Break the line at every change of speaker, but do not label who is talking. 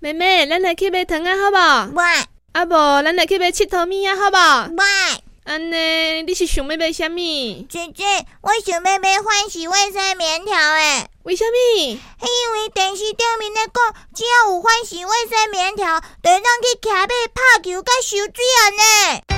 妹妹，咱来去买糖啊，好无？
喂
啊无，咱来去买佚佗物啊，好无？
喂，
安尼，你是想要买啥物？
姐姐，我想要买番薯卫生棉条诶，
为虾米？
因为电视顶面咧讲，只要有番薯卫生棉条，就会当去徛马拍球甲收水啊呢。